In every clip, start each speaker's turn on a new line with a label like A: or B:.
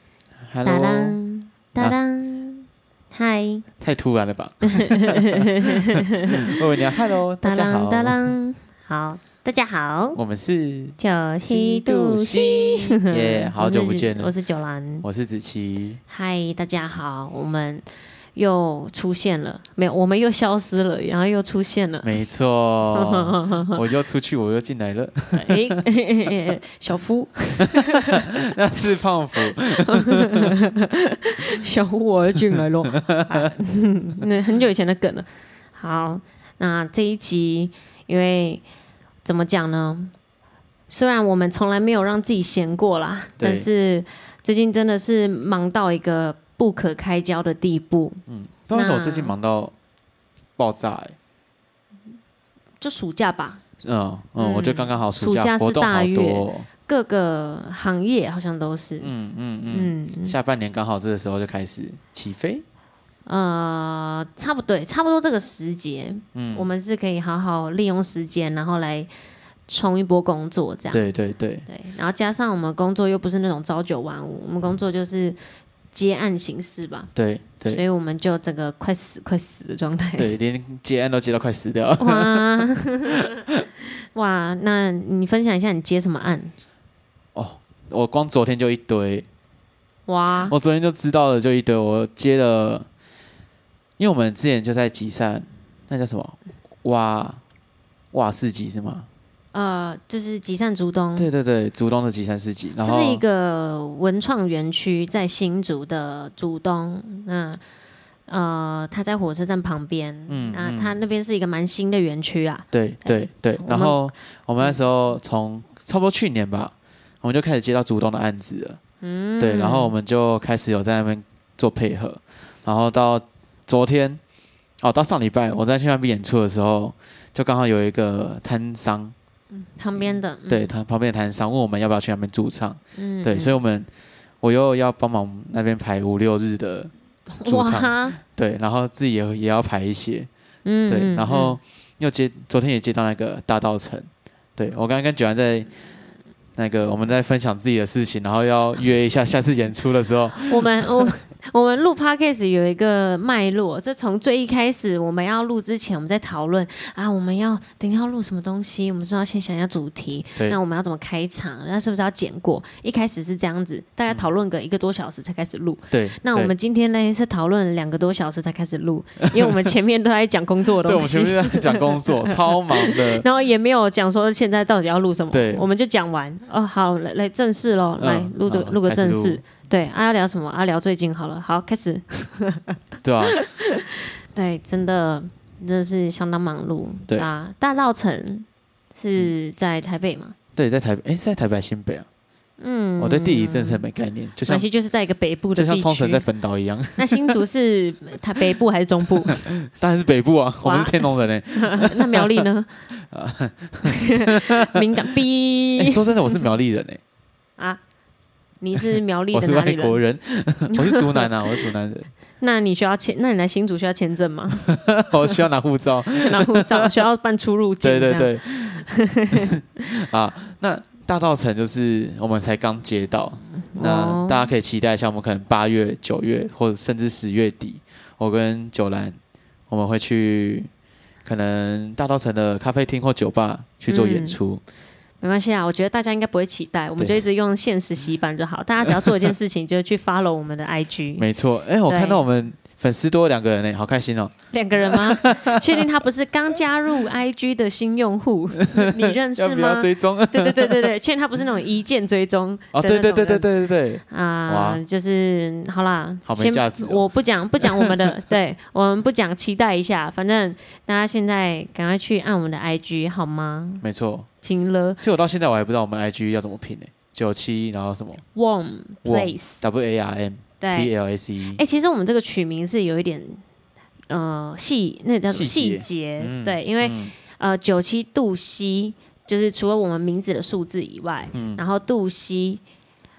A: 哒
B: Hello，
A: 当哒当，嗨，
B: 太突然了 吧？我问你啊，Hello，大
A: 哒
B: 家好
A: 当，哒当，好，大家好，
B: 我们是
A: 九七度 C，
B: 耶，好久不见
A: 我
B: 了，
A: 是九兰，
B: 我是子琪，
A: 嗨，大家好，我们又出现了，没有，我们又消失了，然后又出现了，
B: 没 错，我又出去，我又进来了，
A: 哎， 小夫，
B: 那是 胖虎，
A: 小夫我又进来了， 啊那很久以前的梗了。好，那这一集因为怎么讲呢？虽然我们从来没有让自己闲过啦，
B: 对
A: 但是最近真的是忙到一个不可开交的地步。
B: 不知道为什么我最近
A: 那
B: 忙到爆炸欸，
A: 就暑假吧，
B: 嗯嗯，我觉得刚刚好，暑
A: 暑假
B: 假
A: 是
B: 活动
A: 大
B: 好
A: 月
B: 多哦，
A: 各个行业好像都是，
B: 嗯嗯
A: 嗯
B: 嗯，下半年刚好这个时候就开始起飞，
A: 呃，差不多，差不多这个时节，
B: 嗯
A: 我，们是可以好好利用时间，然后来冲一波工作这样。
B: 对对对，
A: 对，啊然后加上我们工作又不是那种朝九晚五，我们工作就是接案形式吧，
B: 对
A: 所
B: 对
A: 以我们就整个快死快死的状态。
B: 对，连接案都接到快死掉了。
A: 哇 哇，那你分享一下你接什么案？
B: 我光昨天就一堆，
A: 哇，
B: 我昨天就知道了，就一堆。我接了，因为我们之前就在集散，那叫什么瓦瓦市集是吗？
A: 呃，就是集散竹东，
B: 对对对，竹东的集散市集。然
A: 嗯这
B: 后
A: 是一个文创园区，在新竹的竹东。那呃，它在火车站旁边，
B: 嗯
A: 嗯，那
B: 嗯
A: 它那边是一个蛮新的园区啊。
B: 对对对，
A: 我们嗯
B: 然后我们那时候从差不多去年吧，我们就开始接到竹东的案子了。
A: 嗯，
B: 对，然后我们就开始有在那边做配合，然后到昨天，哦，到上礼拜我在去那边演出的时候，就刚好有一个摊商。
A: 旁边的，嗯
B: 对他旁边的摊商问我们要不要去那边驻唱，
A: 嗯
B: 对，
A: 嗯
B: 所以我们我又要帮忙那边排五六日的，驻唱
A: 嗯哇，
B: 对，然后自己也也要排一些，
A: 嗯
B: 对，
A: 嗯
B: 然后又接昨天也接到那个大道城，对我刚刚跟九安在那个我们在分享自己的事情，然后要约一下下次演出的时 候，
A: 嗯我们我我们录 podcast 有一个脉络，这从最一开始我们要录之前，我们在讨论啊，我们要等一下要录什么东西，我们说要先想一下主题，
B: 对
A: 那我们要怎么开场，那是不是要剪过？一开始是这样子，大家讨论个一个多小时才开始录。
B: 对，
A: 那
B: 嗯
A: 我
B: 对
A: 们今天呢是讨论两个多小时才开始录，因为 我们前面都在讲工作的
B: 对我
A: 东
B: 们前
A: 西，
B: 面在讲工作，超忙的，
A: 然后也没有讲说现在到底要录什么，
B: 对
A: 我们就讲完哦，好来来正式喽，
B: 嗯
A: 来录个
B: 嗯
A: 录个
B: 开始
A: 正
B: 录
A: 式。对，啊要聊什么？啊聊最近好了，好开始。
B: 对啊，
A: 对，真的真的是相当忙碌。
B: 对
A: 啊，大稻城是在台北嘛？
B: 对，在台北，哎，是在台北还是新北啊？
A: 嗯，
B: 我对地理真的是很没概念，就
A: 马
B: 像
A: 西就是在一个北部的
B: 就
A: 地
B: 像
A: 区。
B: 冲绳在 本岛一样，
A: 那新竹是它北部还是中部？
B: 当然是北部啊，我们是
A: 哇
B: 天龙人哎，
A: 那苗栗 呢？敏感
B: 哎、
A: 逼
B: 说真的，我是苗栗人哎、
A: 啊！ 你是苗栗
B: 我
A: 的
B: 是
A: 哪
B: 外
A: 里
B: 国
A: 人？
B: 人， 我是竹南啊，我是竹南人，
A: 那你需要签？那你来新竹需要签证吗？
B: 我需要拿护照。
A: 然后找需要办出入境？
B: 对对
A: 这样，
B: 对，啊，那大道城就是我们才刚接到，那
A: 哦
B: 大家可以期待一下，我们可能八月、九月或者甚至十月底，我跟九兰我们会去。可能大道城的咖啡厅或酒吧去
A: 嗯
B: 做演出，
A: 没关系啊，我觉得大家应该不会期待，我们
B: 对
A: 就一直用现实洗版就好。大家只要做一件事情，就是去 follow 我们的 IG。
B: 没错。哎、我
A: 对
B: 看到我们粉丝多了两个人呢、好开心哦！
A: 两个人吗？ 确定他不是刚加入 IG 的新用 户？你认识
B: 要不
A: 吗
B: 要？追踪？
A: 对对对对对，确定他不是那种一键追踪
B: 哦，
A: 的
B: 对
A: 那
B: 对
A: 种
B: 对对对
A: 人
B: 对对，
A: 啊、
B: 哇
A: 就是好啦，
B: 好没
A: 先
B: 价值哦
A: 我不讲不讲我 们的，对我们不讲，期待一下，反正大家现在赶快去按我们的 IG 好吗？
B: 没错。
A: 行了
B: 其实我到现在我还不知道我们 IG 要怎么拼呢、欸九七然后什么
A: ，Warm
B: Warm
A: Place，
B: W A R M
A: 对，
B: P L S E，
A: 哎、其实我们这个取名是有一点，呃，细那叫什么
B: 细节
A: 细节？
B: 嗯
A: 对，因为、呃，九七
B: 嗯
A: 度西就是除了我们名字的数字以外，然后度西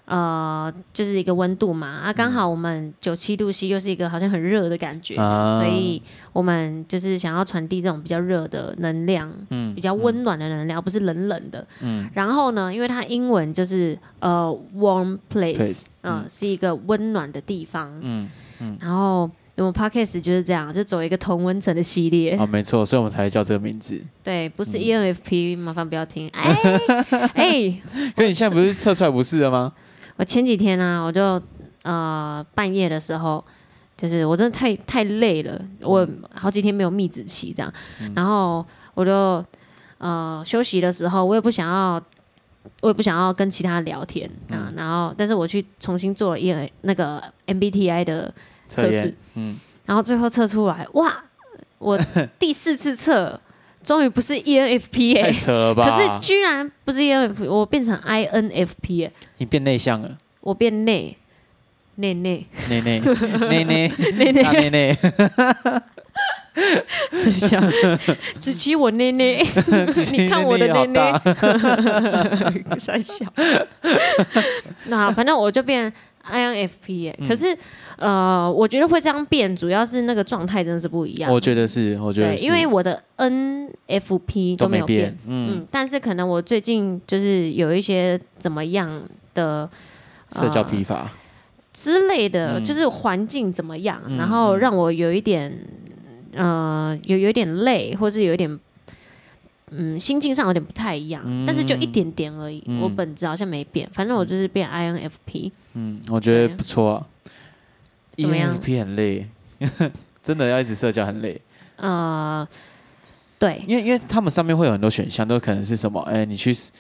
A: 呃，就是一个温度嘛，啊，刚
B: 嗯
A: 好我们九七度 C 又是一个好像很热的感觉，
B: 啊
A: 所以我们就是想要传递这种比较热的能量，
B: 嗯
A: 比较温暖的能量，不是冷冷的。
B: 嗯
A: 然后呢，因为它英文就是呃 warm place，
B: Place，
A: 嗯、
B: 嗯
A: 是一个温暖的地方。
B: 嗯，
A: 然后我们 podcast 就是这样，就走一个同温层的系列。
B: 啊，没错，所以我们才叫这个名字。
A: 对，不是 E ENFP，、麻烦不要听。哎哎，
B: 可你现在不是测出来不是了吗？
A: 我前几天啊，我就呃半夜的时候，就是我真的太太累了，我好几天没有密子期这样，然后我就呃休息的时候，我也不想要。我也不想要跟其他人聊天啊，然后但是我去重新做了一那个 MBTI 的测
B: 测
A: 试
B: 验，，嗯，
A: 然后最后测出来，哇！ 我第四次测，终于不是 ENFP 哎、
B: 太扯了吧？
A: 可是居然不是 E ENFP，我变成 INFP 哎、
B: 你变内向了，
A: 我变内内内
B: 内内内内
A: 内
B: 大内
A: 内
B: 内，
A: 是笑，只骑我内 内， 你看我的内
B: 好
A: 内
B: 大，，
A: 三笑。那反正我就变 INFP 哎、
B: 嗯
A: 可是、呃，我觉得会这样变，主要是那个状态真的是不一样。
B: 我觉得是，我觉
A: 对
B: 得，是，
A: 因为我的 NFP
B: 都
A: 都没有变
B: 变，，嗯，
A: 嗯，但是可能我最近就是有一些怎么样的
B: 社
A: 啊
B: 交疲乏，
A: 之类的，
B: 嗯
A: 就是环境怎么样，
B: 嗯
A: 然后让我有一点呃有有一点累，或是有一点嗯心境上有点不太一样，
B: 嗯
A: 但是就一点点而已。
B: 嗯
A: 我本质好像没变，反正我就是变 INFP，
B: 嗯，我觉
A: 对
B: 得不错啊。E
A: 怎么样
B: ENFP 很累， 真的要一直社交很累，
A: 呃，对，
B: 因为因为他们上面会有很多选项，都可能是什么，哎，你去什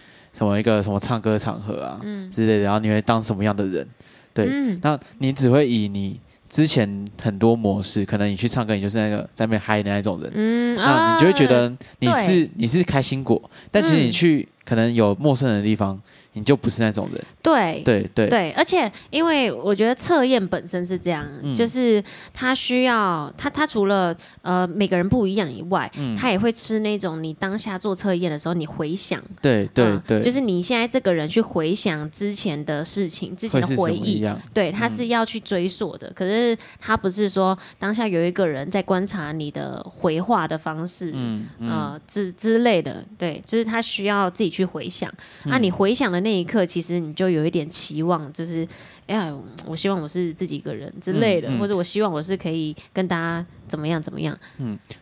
B: 么一个什么唱歌场合啊、之类的，然后你会当什么样的人？对
A: 嗯
B: 那你只会以你之前很多模式，可能你去唱歌，你就是那个在那边嗨的那一种人，
A: 嗯，
B: 那你就会觉
A: 啊
B: 得你
A: 对
B: 是你是开心果，但其实你
A: 嗯
B: 去可能有陌生人的地方，你就不是那种人。
A: 对
B: 对对，
A: 对，而且因为我觉得测验本身是这样，
B: 嗯
A: 就是它需要它它除了呃每个人不一样以外，
B: 嗯，
A: 它也会吃那种你当下做测验的时候你回想，
B: 对对
A: 嗯
B: 对，
A: 就是你现在这个人去回想之前的事情、之
B: 会
A: 前的
B: 是什
A: 回
B: 么一
A: 忆。
B: 样？
A: 对，它是要去追溯的，可是它不是说当下有一个人在观察你的回话的方式，
B: 嗯嗯，
A: 呃之之类的，对，就是他需要自己去回想。那、
B: 嗯
A: 你回想的那一刻，其实你就有一点期望，就是哎呀，我希望我是自己一个人之类的，
B: 嗯嗯
A: 或者我希望我是可以跟大家怎么样怎么样。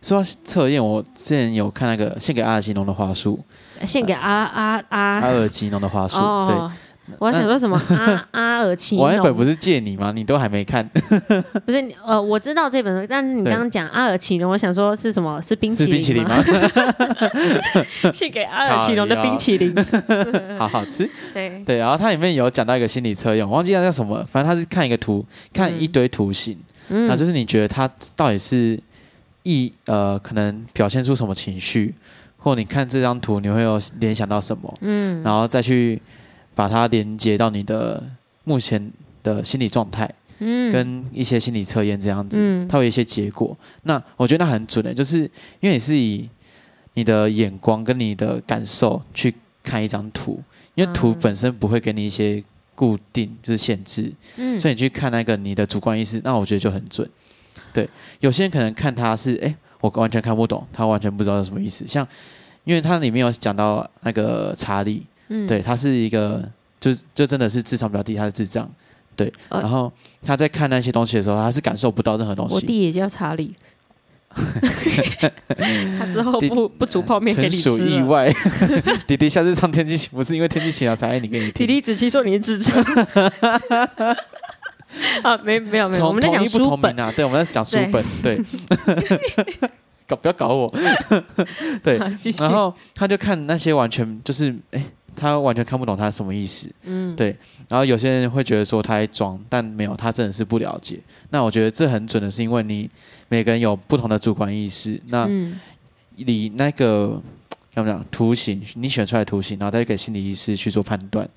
B: 说到测验，我之前有看那个献给阿尔吉农的话术，
A: 呃献给阿阿阿
B: 阿尔吉农的话术，对。
A: 啊哦，我还想说 什么阿阿尔奇
B: 我那本
A: 农，
B: 不是借你吗？你都还没看，
A: 不是你呃，我知道这本书，但是你
B: 对
A: 刚刚讲阿尔奇农，我想说是什么？是冰淇
B: 是冰淇
A: 淋
B: 淋
A: 吗？
B: 吗？
A: 献给阿尔奇农的冰淇淋，
B: 好好吃。
A: 对，
B: 对，然后它里面有讲到一个心理测验，我忘记它叫什么，反正它是看一个图，看一堆图形，然后
A: 嗯
B: 就是你觉得它到底是意呃，可能表现出什么情绪，或你看这张图你会有联想到什么，
A: 嗯
B: 然后再去把它连接到你的目前的心理状态，
A: 嗯
B: 跟一些心理测验这样子，
A: 嗯
B: 它有一些结果。那我觉得那很准的，欸就是因为你是以你的眼光跟你的感受去看一张图，因为图
A: 嗯
B: 本身不会给你一些固定就是限制，
A: 嗯
B: 所以你去看那个你的主观意识，那我觉得就很准。对，有些人可能看他是哎、诶我完全看不懂，他完全不知道是什么意思。像因为它里面有讲到那个查理，
A: 嗯
B: 对，他是一个，就就真的是智商比较低，他是智障。对，
A: 呃
B: 然后他在看那些东西的时候，他是感受不到任何东
A: 我
B: 西，
A: 弟也叫 查理，他之后
B: 弟
A: 不不煮泡面给
B: 纯
A: 你
B: 属
A: 吃
B: 意
A: 了。
B: 外。 弟弟下次唱天气晴，不是因为天气晴啊才爱你给你
A: 弟
B: 听。
A: 弟子期说你是智障。 啊，没没有没有，我
B: 同
A: 们在
B: 同
A: 讲
B: 一不
A: 书
B: 同名
A: 本，
B: 啊，对，我们在讲书本，对。 搞不要搞我，对。
A: 啊继续。
B: 然后他就看那些完全就是，哎、他完全看不懂他什么意思。
A: 嗯，
B: 对然后有些人会觉得说他在装，但没有，他真的是不了解。那我觉得这很准的是，因为你每个人有不同的主观意识，那
A: 嗯
B: 你那个怎么讲图形，你选出来的图形，然后再给心理医师去做判断，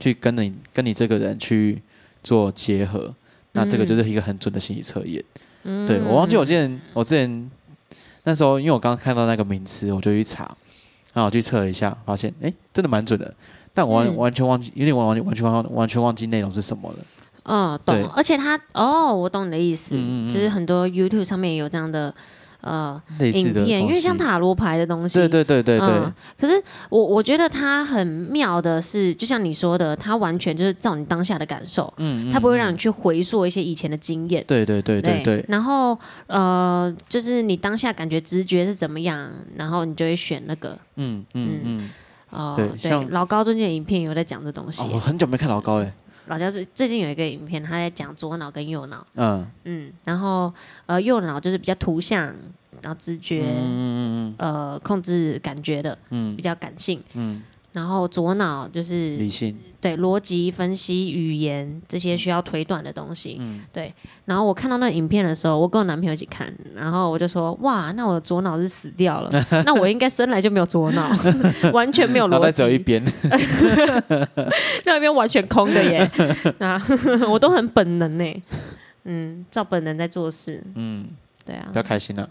B: 去跟你跟你这个人去做结合，那这个
A: 嗯
B: 就是一个很准的心理测验。
A: 嗯
B: 对我忘记我之前我之前那时候，因为我刚刚看到那个名词，我就去查，然后我去测了一下，发现哎、诶真的蛮准的。但我完、
A: 嗯
B: 完全忘记，有点完完完全忘完全忘记内容是什么了。
A: 哦，
B: 对
A: 懂。而且他哦，我懂你的意思，
B: 嗯嗯嗯
A: 就是很多 YouTube 上面也有这样的呃
B: 类似
A: 影
B: 的东西，
A: 片，因为像塔罗牌的东西，
B: 对对对对对，
A: 嗯可是我我觉得它很妙的是，就像你说的，它完全就是照你当下的感受，
B: 嗯，嗯
A: 它不会
B: 嗯
A: 让你去回溯一些以前的经验。
B: 对对对对对，
A: 然后呃，就是你当下感觉直觉是怎么样，然后你就会选那个
B: 嗯嗯嗯，
A: 哦、
B: 对
A: 对，
B: 像
A: 老高最近的影片有在讲这东西。
B: 哦，我很久没看老高嘞，
A: 老高最最近有一个影片，他在讲左脑跟右脑，
B: 嗯
A: 嗯，然后呃右脑就是比较图像，然后直觉，
B: 嗯嗯嗯
A: 呃控制感觉的，
B: 嗯
A: 比较感性，
B: 嗯，
A: 然后左脑就
B: 嗯
A: 是
B: 理性，
A: 对逻辑分析、语言这些需要推断的东西。
B: 嗯
A: 对。然后我看到那影片的时候，我跟我男朋友一起看，然后我就说：“哇，那我的左脑是死掉 了，那我应该生来就没有左脑， 完全没有
B: 脑
A: 逻
B: 袋只有一
A: 辑，嗯
B: 边，
A: 那边完全空的耶。 啊，我都很本能呢，嗯，照本能在做事，
B: 嗯，
A: 对啊
B: 比，较开心了。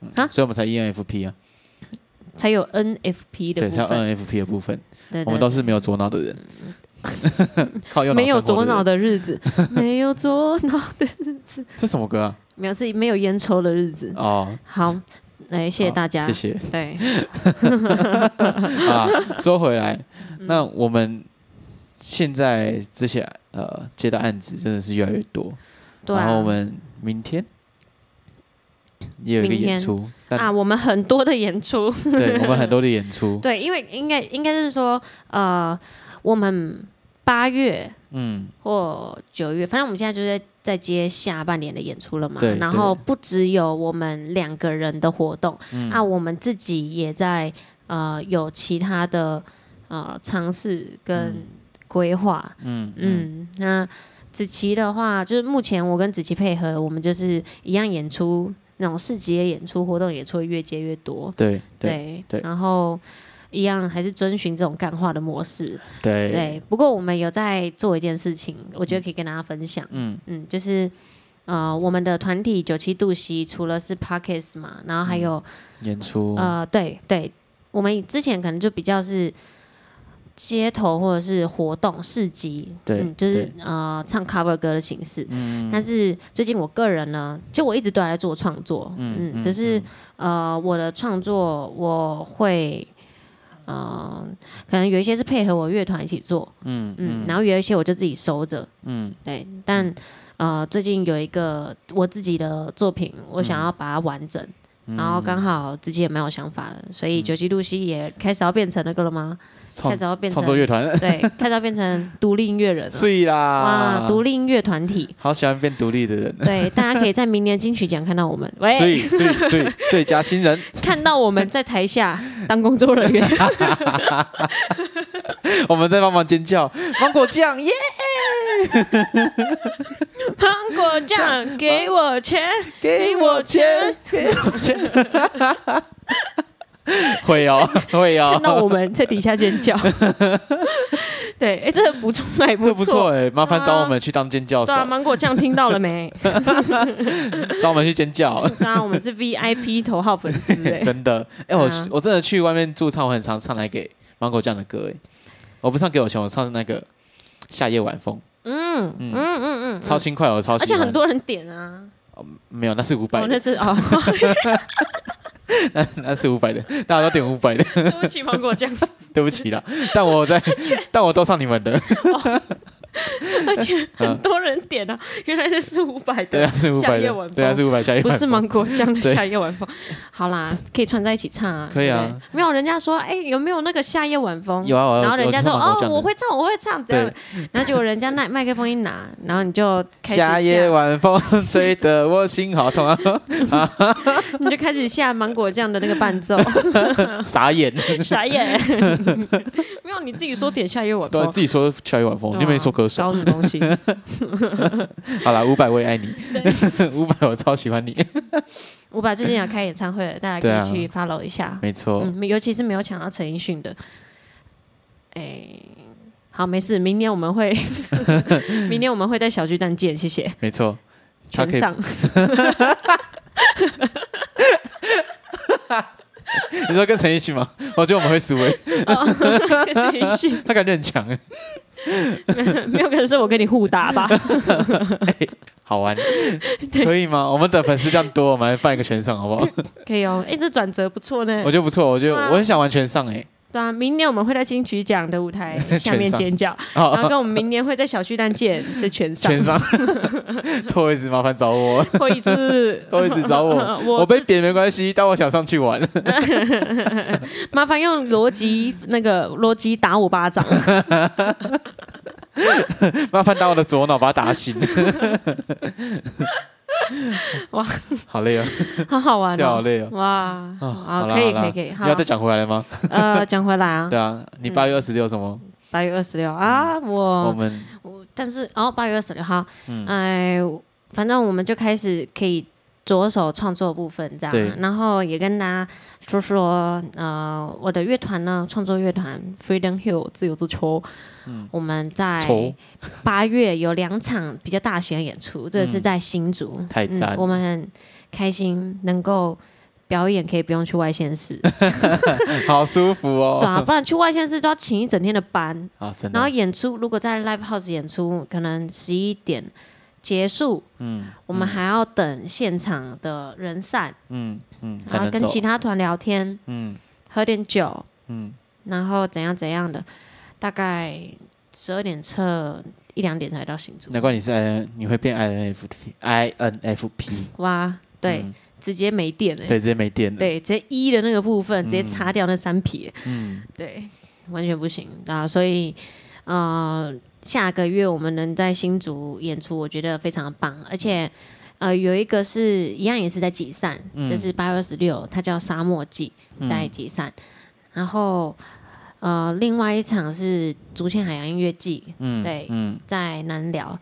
B: 嗯
A: 啊
B: 所以我们才 ENFP 啊，
A: 才有 NFP 的
B: 对，
A: 部
B: 才有 E
A: 分，
B: NFP 的部分，
A: 对
B: 我
A: 对嗯
B: 们都是没有左脑的人， 靠右脑
A: 没有
B: 生活
A: 左
B: 的人
A: 脑的 日子，没有左脑，
B: 这什么歌啊？
A: 没有是没有烟抽的日子。
B: 哦，
A: 好，来谢谢
B: 好
A: 大家，
B: 谢谢
A: 对，
B: 啊。 说回来，那我们现在这些呃接到案子真的是越来越多，
A: 对啊、
B: 然后我们明天也有一个
A: 明天
B: 演出，但、
A: 啊，我们很多的演出，
B: 对我们很多的演 出，
A: 对，因为应该应该是说，呃，我们八月
B: 嗯，
A: 或九月，反正我们现在就在在接下半年的演出了嘛
B: 对。
A: 然后不只有我们两个人的活动，
B: 嗯
A: 啊，我们自己也在呃有其他的呃尝试跟规划，
B: 嗯嗯
A: 嗯，那子琪的话，就是目前我跟子琪配合，我们就是一样演出那种市集的演出、活动演出会越接越多，
B: 对对
A: 对，
B: 对
A: 然后一样还是遵循这种干化的模式，
B: 对
A: 对。不过我们有在做一件事情，我觉得可以跟大家分享，
B: 嗯
A: 嗯，就是。呃，我们的团体九七度 C 除了是 Pockets 嘛，然后还有、
B: 演出，
A: 呃，对对，我们之前可能就比较是街头或者是活动市集，
B: 对
A: 嗯、就是
B: 对
A: 呃唱 cover 歌的形式。
B: 嗯
A: 但是最近我个人呢，就我一直都还在做创作，嗯只是、
B: 嗯
A: 呃我的创作我会。呃，可能有一些是配合我乐团一起做，
B: 嗯
A: 嗯，然后有一些我就自己收着，
B: 嗯
A: 对。但呃，最近有一个我自己的作品，我想要把它完整，
B: 嗯
A: 然后刚好自己也蛮有想法的，所以九七露西也开始要变成那个了吗？
B: 创
A: 开始要变
B: 嗯
A: 成
B: 创作乐 团，啊
A: 对，开始要变成独立音乐人了。
B: 所以啦
A: 哇，，独立音乐团体，
B: 好喜欢变独立的人，
A: 对，大家可以在明年金曲奖看到我们，
B: 所
A: 喂，
B: 以所以所 以最佳新人，
A: 看到我们在台下当工作 人员，
B: 我们在帮忙尖叫，芒果酱耶，
A: 芒果 酱给我钱，
B: 给我钱，给我钱，会哦会
A: 看
B: 哦，
A: 到我们在底下尖 叫，对，哎，这个补充还
B: 这不
A: 不
B: 错
A: 错，
B: 哎，麻烦找我们去当尖叫手
A: 对，啊，芒果酱听到了没？
B: 找我们去尖叫。
A: 当然，我们是 VIP 头号粉丝，哎，
B: 真的，哎、我、
A: 啊
B: 我真的去外面驻唱，我很常唱来给芒果酱的歌，哎，我不唱给我钱，我唱那个《夏夜晚风
A: 嗯嗯嗯嗯》，
B: 超
A: 嗯，
B: 轻快，我哦超喜
A: 而
B: 欢
A: 且很多人点啊。
B: 没有，那是五百
A: 哦，那
B: 的，
A: 是 哦，
B: 那那是五百的， 大家都点五百的，
A: 对不起，芒果酱。
B: 对不起啦，但我 在，但我都唱你们的，
A: 而且很多人点啊，原来那是五百
B: 对
A: 的
B: 啊，是五
A: 夏
B: 百
A: 夜
B: 的
A: 晚，风，
B: 对啊，是五百夏夜晚
A: 不
B: 风，
A: 是芒果酱的
B: 对
A: 夏夜晚风。好啦，可以串在一起唱啊。
B: 可以啊
A: 对不对。没有人家说，哎，有没有那个夏夜晚风？
B: 有啊，我
A: 然后人家说，哦
B: 我就唱芒果，酱的
A: 我会唱，我会唱，这样
B: 对。
A: 然后结果人家那麦克风一拿，然后你就开始
B: 夏夜晚风吹得我心好 痛啊，
A: 你就开始下芒果酱的那个伴奏，
B: 傻眼，
A: 傻眼。 没有，你自己说点夏夜晚
B: 对啊，
A: 风。
B: 自己说夏夜晚
A: 哦
B: 风，你有没有说歌手？
A: 啊搞什么东 西？
B: 好啦，五百我也爱你， 五百我超喜欢你，
A: 伍佰最近要开演唱会了，大
B: 对
A: 家
B: 啊
A: 可以去 follow 一下。
B: 没错。
A: 嗯，尤其是没有抢到陈奕迅的，哎、好，没事，明年我们会， 明年我们会在小巨蛋见，谢谢，
B: 没错，他
A: 全
B: 可以
A: 上。
B: 你说跟陈奕迅吗？我觉得我们会输诶、欸
A: 哦，跟陈奕 迅
B: 他感觉很强欸诶、
A: 没有可能是我跟你互打吧？
B: 好 玩，可以吗？我们等粉丝量多，我们来办一个全上好不 好？
A: 可以哦，哎，这转折不错呢
B: 我。觉得不错，我觉得
A: 对啊
B: 我很想玩全上欸诶、
A: 对啊，明年我们会在金曲奖的舞台下面
B: 全上
A: 尖叫，然后
B: 好，
A: 跟我们明年会在小巨蛋见，这全上
B: 全上，拖一直麻烦找我，
A: 会一次，
B: 拖一直找我，
A: 我
B: 我被扁没关系，但我想上去玩。
A: 麻烦用逻辑那个逻辑打我 巴掌，
B: 麻烦打我的左脑，把它打醒。
A: 哇，
B: 好累啊，
A: 好好玩
B: 笑好
A: 哦。
B: 累啊。
A: 哇，
B: 啊，
A: 啊
B: 好，啦
A: 可以
B: 好啦
A: 可以可以，
B: 你要
A: 好
B: 再，讲回来了吗？
A: 呃，讲回来啊
B: 对，嗯啊，你八月二十六什么？
A: 八月二十六啊，
B: 我
A: 我
B: 们
A: 我，但是哦，八月二十六号，
B: 嗯
A: 哎，反正我们就开始可以着手创作部分这
B: 对
A: 样，啊然后也跟大家说说，呃，我的乐团呢，创作乐团 Freedom Hill 自由之丘，
B: 嗯
A: 我们在
B: 抽
A: 八月有两场比较大型的演出，这个是在新竹，
B: 嗯
A: 嗯
B: 太赞了
A: 我们很开心能够表演，可以不用去外县 市，
B: 好舒服
A: 哎对
B: 哦。
A: 啊，不然去外县市都要请一整天的班，
B: 啊，真
A: 然后
B: 的，
A: 演出如果在 live house 演出，可能十一点结束，
B: 嗯
A: 我们还要等现场的人散，
B: 嗯嗯，才
A: 然后
B: 能
A: 跟
B: 走。
A: 其他团聊天，
B: 嗯
A: 喝点酒，
B: 嗯，
A: 然后怎样怎样的，大概十二点撤一两点才到新竹。
B: 难怪你是 I N，你会变 I N F P I N F P。
A: 哇，对，
B: 嗯
A: 直接没电哎、
B: 对，直接没电了。，
A: 对，直接一的那个部分直接擦掉那三撇，
B: 嗯，
A: 对，完全不行啊！所以，呃，下个月我们能在新竹演出，我觉得非常棒，而且。呃，有一个是一样，也是在集散，
B: 嗯
A: 就是八月二十六，它叫沙漠季，在集散。然后，呃，另外一场是竹堑海洋音乐季，
B: 嗯，
A: 对
B: 嗯，
A: 在南寮。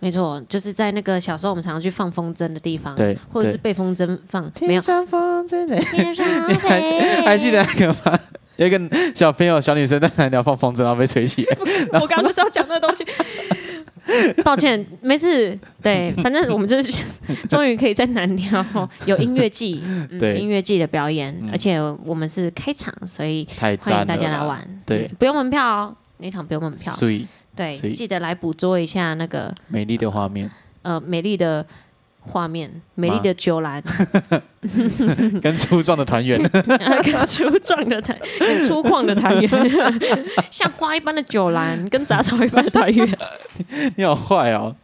A: 没错，就是在那个小时候我们常常去放风筝的地方，
B: 对
A: 或者是
B: 对
A: 被风筝放，没有
B: 上风筝欸的。
A: 天上飞。
B: 还记得那个吗？ 有一个小朋友、小女生在南寮放风筝，然后被吹起 来。
A: 我刚刚就是要讲这个东西。 抱歉，没事。对，反正我们就是 终于可以在南寮有音乐季， 嗯、
B: 对
A: 音乐季的表演，而且我们是开场，所以
B: 太
A: 欢
B: 赞
A: 迎
B: 了，
A: 大家来，玩。
B: 对
A: 嗯不用门票哦，那场不用门票。
B: 所以
A: 对，
B: 所以
A: 记得来捕捉一下那个
B: 美丽的画面，
A: 呃美丽的画面，美丽
B: 吗
A: 的酒篮，
B: 跟粗壮的团 员。
A: 跟粗壮的团，跟粗犷的团员， 像花一般的酒篮，跟杂草一般的团员。
B: 你好坏哦！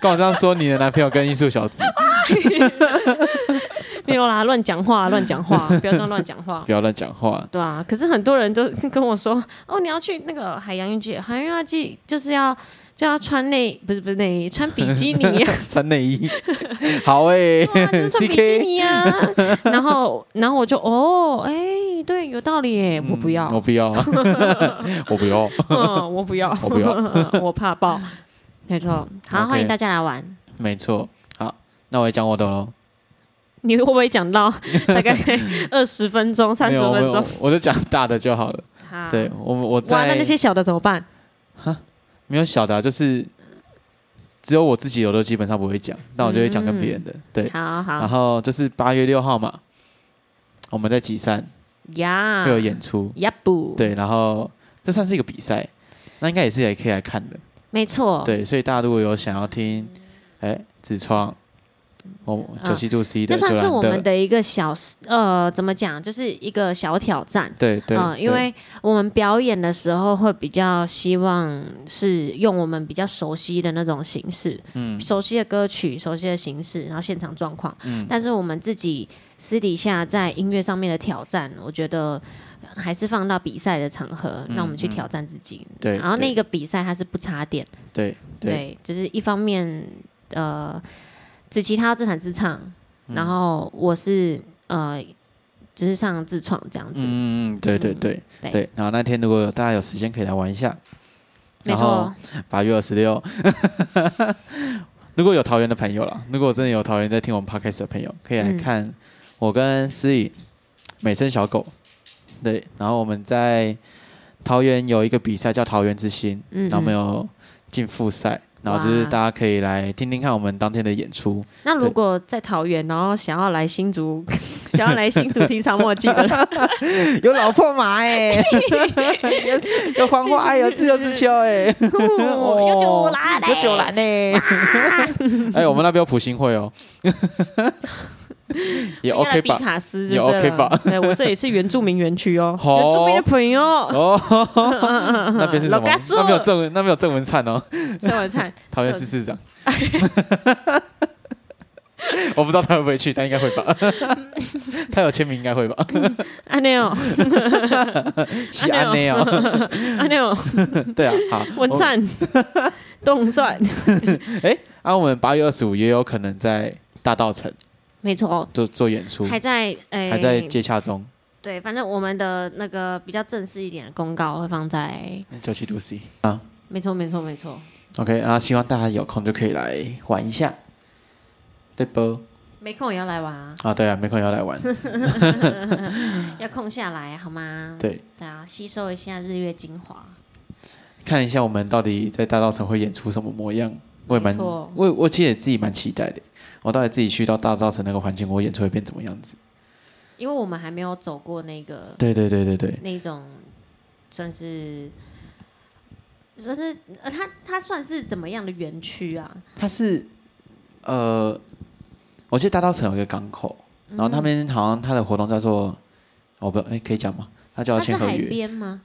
B: 跟我这样说，你的男朋友跟艺术小子，
A: 没有啦，乱讲话，乱 讲话，不要这样乱讲话。
B: 不要乱讲话。
A: 对啊，可是很多人都是跟我说，哦，你要去那个海洋浴季，海洋浴季就是要就要穿内，不是不是内衣，穿比基尼呀、
B: 穿内衣，好哎、
A: 对啊，就是穿
B: c
A: 比基
B: K，
A: 尼呀、然后然后我就哦，哎、对，有道理耶，我不要，
B: 我不 要，我不要，
A: 嗯，我不要，
B: 我不
A: 要，我怕爆，没错。好，
B: OK
A: 欢迎大家来玩。
B: 没错。好，那我也讲我的喽。
A: 你会不会讲到大 概二十分钟、三
B: 没
A: 十
B: 有，我
A: 分钟
B: 我？我就讲大的就好了。
A: 好
B: 对，我我
A: 啊哇，那
B: 在
A: 那些小的怎么办？
B: 没有小的啊、就是只有我自己，我都基本上不会讲，但我就会讲跟
A: 嗯
B: 别人的。对，啊
A: 好好
B: 然后就是八月六号嘛，我们在集散
A: 呀，
B: 会有演出。
A: 呀不，
B: 对，然后这算是一个比赛，那应该也是也可以来看的。
A: 没错，
B: 对，所以大家如果有想要听，哎，子创，哦，九七度 C 的，
A: 啊那算是
B: 九兰
A: 我们
B: 的，
A: 的一个小呃，怎么讲，就是一个小挑战。
B: 对对
A: 啊、，因
B: 对
A: 为我们表演的时候会比较希望是用我们比较熟悉的那种形式，
B: 嗯
A: 熟悉的歌曲、熟悉的形式，然后现场状况。
B: 嗯
A: 但是我们自己私底下在音乐上面的挑战，我觉得还是放到比赛的场合，让我们去挑战自己。
B: 嗯对
A: 然后那
B: 对
A: 个比赛它是不插电。
B: 对对
A: 对，就是一方面，呃，子琪她要自弹自唱，
B: 嗯
A: 然后我是呃，只是上自创这样子，
B: 嗯嗯嗯对对对
A: 对
B: 对，然后那天如果有大家有时间可以来玩一下，
A: 没
B: 然后
A: 错，
B: 八月二十六。 如果有桃园的朋友啦，如果真的有桃园在听我们 podcast 的朋友，可以来
A: 嗯
B: 看我跟思颖美声小狗。对，然后我们在桃园有一个比赛叫桃园之星，
A: 嗯
B: 然后我们
A: 嗯
B: 有进复赛，然后就是
A: 哇
B: 大家可以来听听看我们当天的演出。
A: 那如果在桃园，然后想要来新竹，想要来新竹听沙漠记 的人， 哦
B: 有老破马哎、 有有黄花，有自由之秋哎、
A: 哦有九兰嘞，
B: 呢、 哎、我们那边有普星会哦，也
A: 应该来
B: OK
A: 比
B: 吧？
A: 卡斯
B: 也
A: 就对
B: OK
A: 了
B: 吧？
A: 对我这里是原住民园区哦，
B: 好
A: 原住民的朋友，
B: 哦，那边是什
A: 老
B: 么？
A: 嘎叔
B: 那边有郑文，那边有郑文灿哦，
A: 这我看
B: 桃园市市长。 我不知道他会不会去，但应该会 吧。他有签名，应该会吧。
A: 阿妞，
B: 喜安内哦，
A: 阿妞，
B: 对啊，好。
A: 文
B: 我
A: 灿，
B: 哦
A: 动算，
B: 啊，我们八月二十五也有可能在大道城
A: 没错，哦
B: 做做演出，
A: 还在
B: 嗯
A: 哎，
B: 还在接洽中。
A: 对，反正我们的那个比较正式一点的公告会放在，
B: 九七度 C。
A: 没错，没错，没错，
B: OK 啊，希望大家有空就可以来玩一下，对不？
A: 没空也要来玩啊，
B: 啊，对啊，没空也要 来玩。
A: 要空下来好吗？
B: 对，
A: 对啊，吸收一下日月精华。
B: 看一下我们到底在大道城会演出什么模样，我也蛮，
A: 没错
B: 我我其实也自己蛮期待的。我到底自己去到大道城那个环境，我演出会变怎么样子？
A: 因为我们还没有走过那个
B: 对对对对对，
A: 那种，算是，算是呃，它它算是怎么样的园区啊？
B: 它是呃，我记得大道城有一个港口，然后那
A: 嗯
B: 边好像它的活动叫做，我不知道，哎，可以讲吗？它叫
A: 它
B: 签
A: 是
B: 合
A: 海
B: 约，
A: 边吗？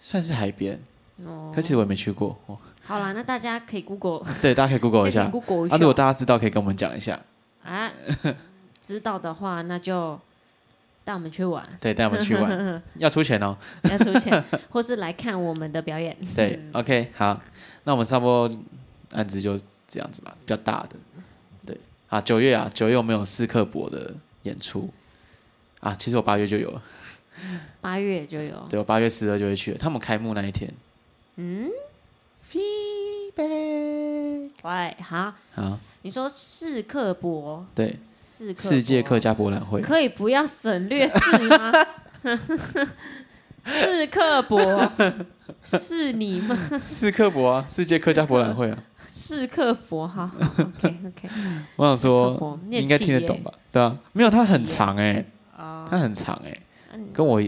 B: 算是海边，
A: 哦，
B: 可其实我也没去过。哦，
A: 好啦，那大家可以 Google
B: 对，大家可以 Google 一
A: 可
B: 下
A: 以。Google 一
B: 啊，如果
A: 下
B: 大家知道，可以跟我们讲一下。
A: 啊，知道的话那就带我们去玩，
B: 对，带我们去 玩，要出钱哦。
A: 要出钱， 或是来看我们的表演。
B: 对，OK，好，那我们差不多案子就这样子吧，比较大的。对啊，九月啊，九月我们有斯克伯的演出啊，其实我八月就有了，
A: 八月就有，
B: 对我八月十二就会去了，他们开幕那一天。嗯，
A: 喂，好，
B: 好，
A: 你说世客博，
B: 对，
A: 世客
B: 世界
A: 博
B: 客家博览会，
A: 可以不要省略字吗？ 是刻薄，是你吗？
B: 斯克伯啊，世界客家博览会啊，
A: 是刻薄，好好，OK OK，
B: 我想
A: 斯克伯
B: 说
A: 你
B: 你
A: 很
B: 应该听得
A: 气耶
B: 懂吧？对啊，没有，它很
A: 气耶
B: 长哎，它很长哎，跟我
A: 啊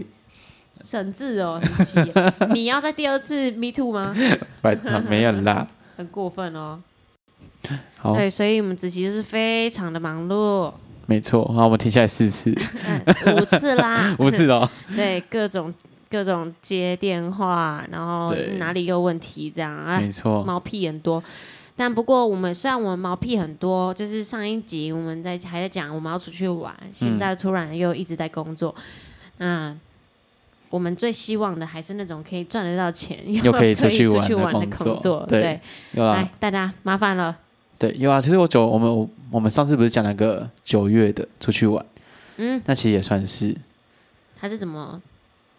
A: 省字哦，很气耶 你要在第二次 Me Too 吗？
B: 拜啊没有啦。
A: 很过分哦。
B: 好，
A: 对，所以我们子琪就是非常的 忙碌，
B: 没错，好，我们停下来四次，，
A: 嗯 五次啦
B: 五次了。
A: 对，各种各种接电话，然后
B: 对
A: 哪里有问题这样 啊，哎
B: 没错，
A: 毛屁很多。但不过我们虽然我们毛屁很多，就是上一集我们在还在讲我们要出去玩，现
B: 嗯
A: 在突然又一直在工作，那我们最希望的还是那种可以赚得到钱
B: 又可
A: 可
B: 以出去
A: 去
B: 玩的
A: 玩的
B: 工作
A: 作。
B: 对
A: 对，
B: 有啊
A: 来，大家麻烦了，
B: 对，有啊。其实我九，我们我们上次不是讲那个九月的出去玩，
A: 嗯，
B: 那其实也算是。
A: 还是怎么？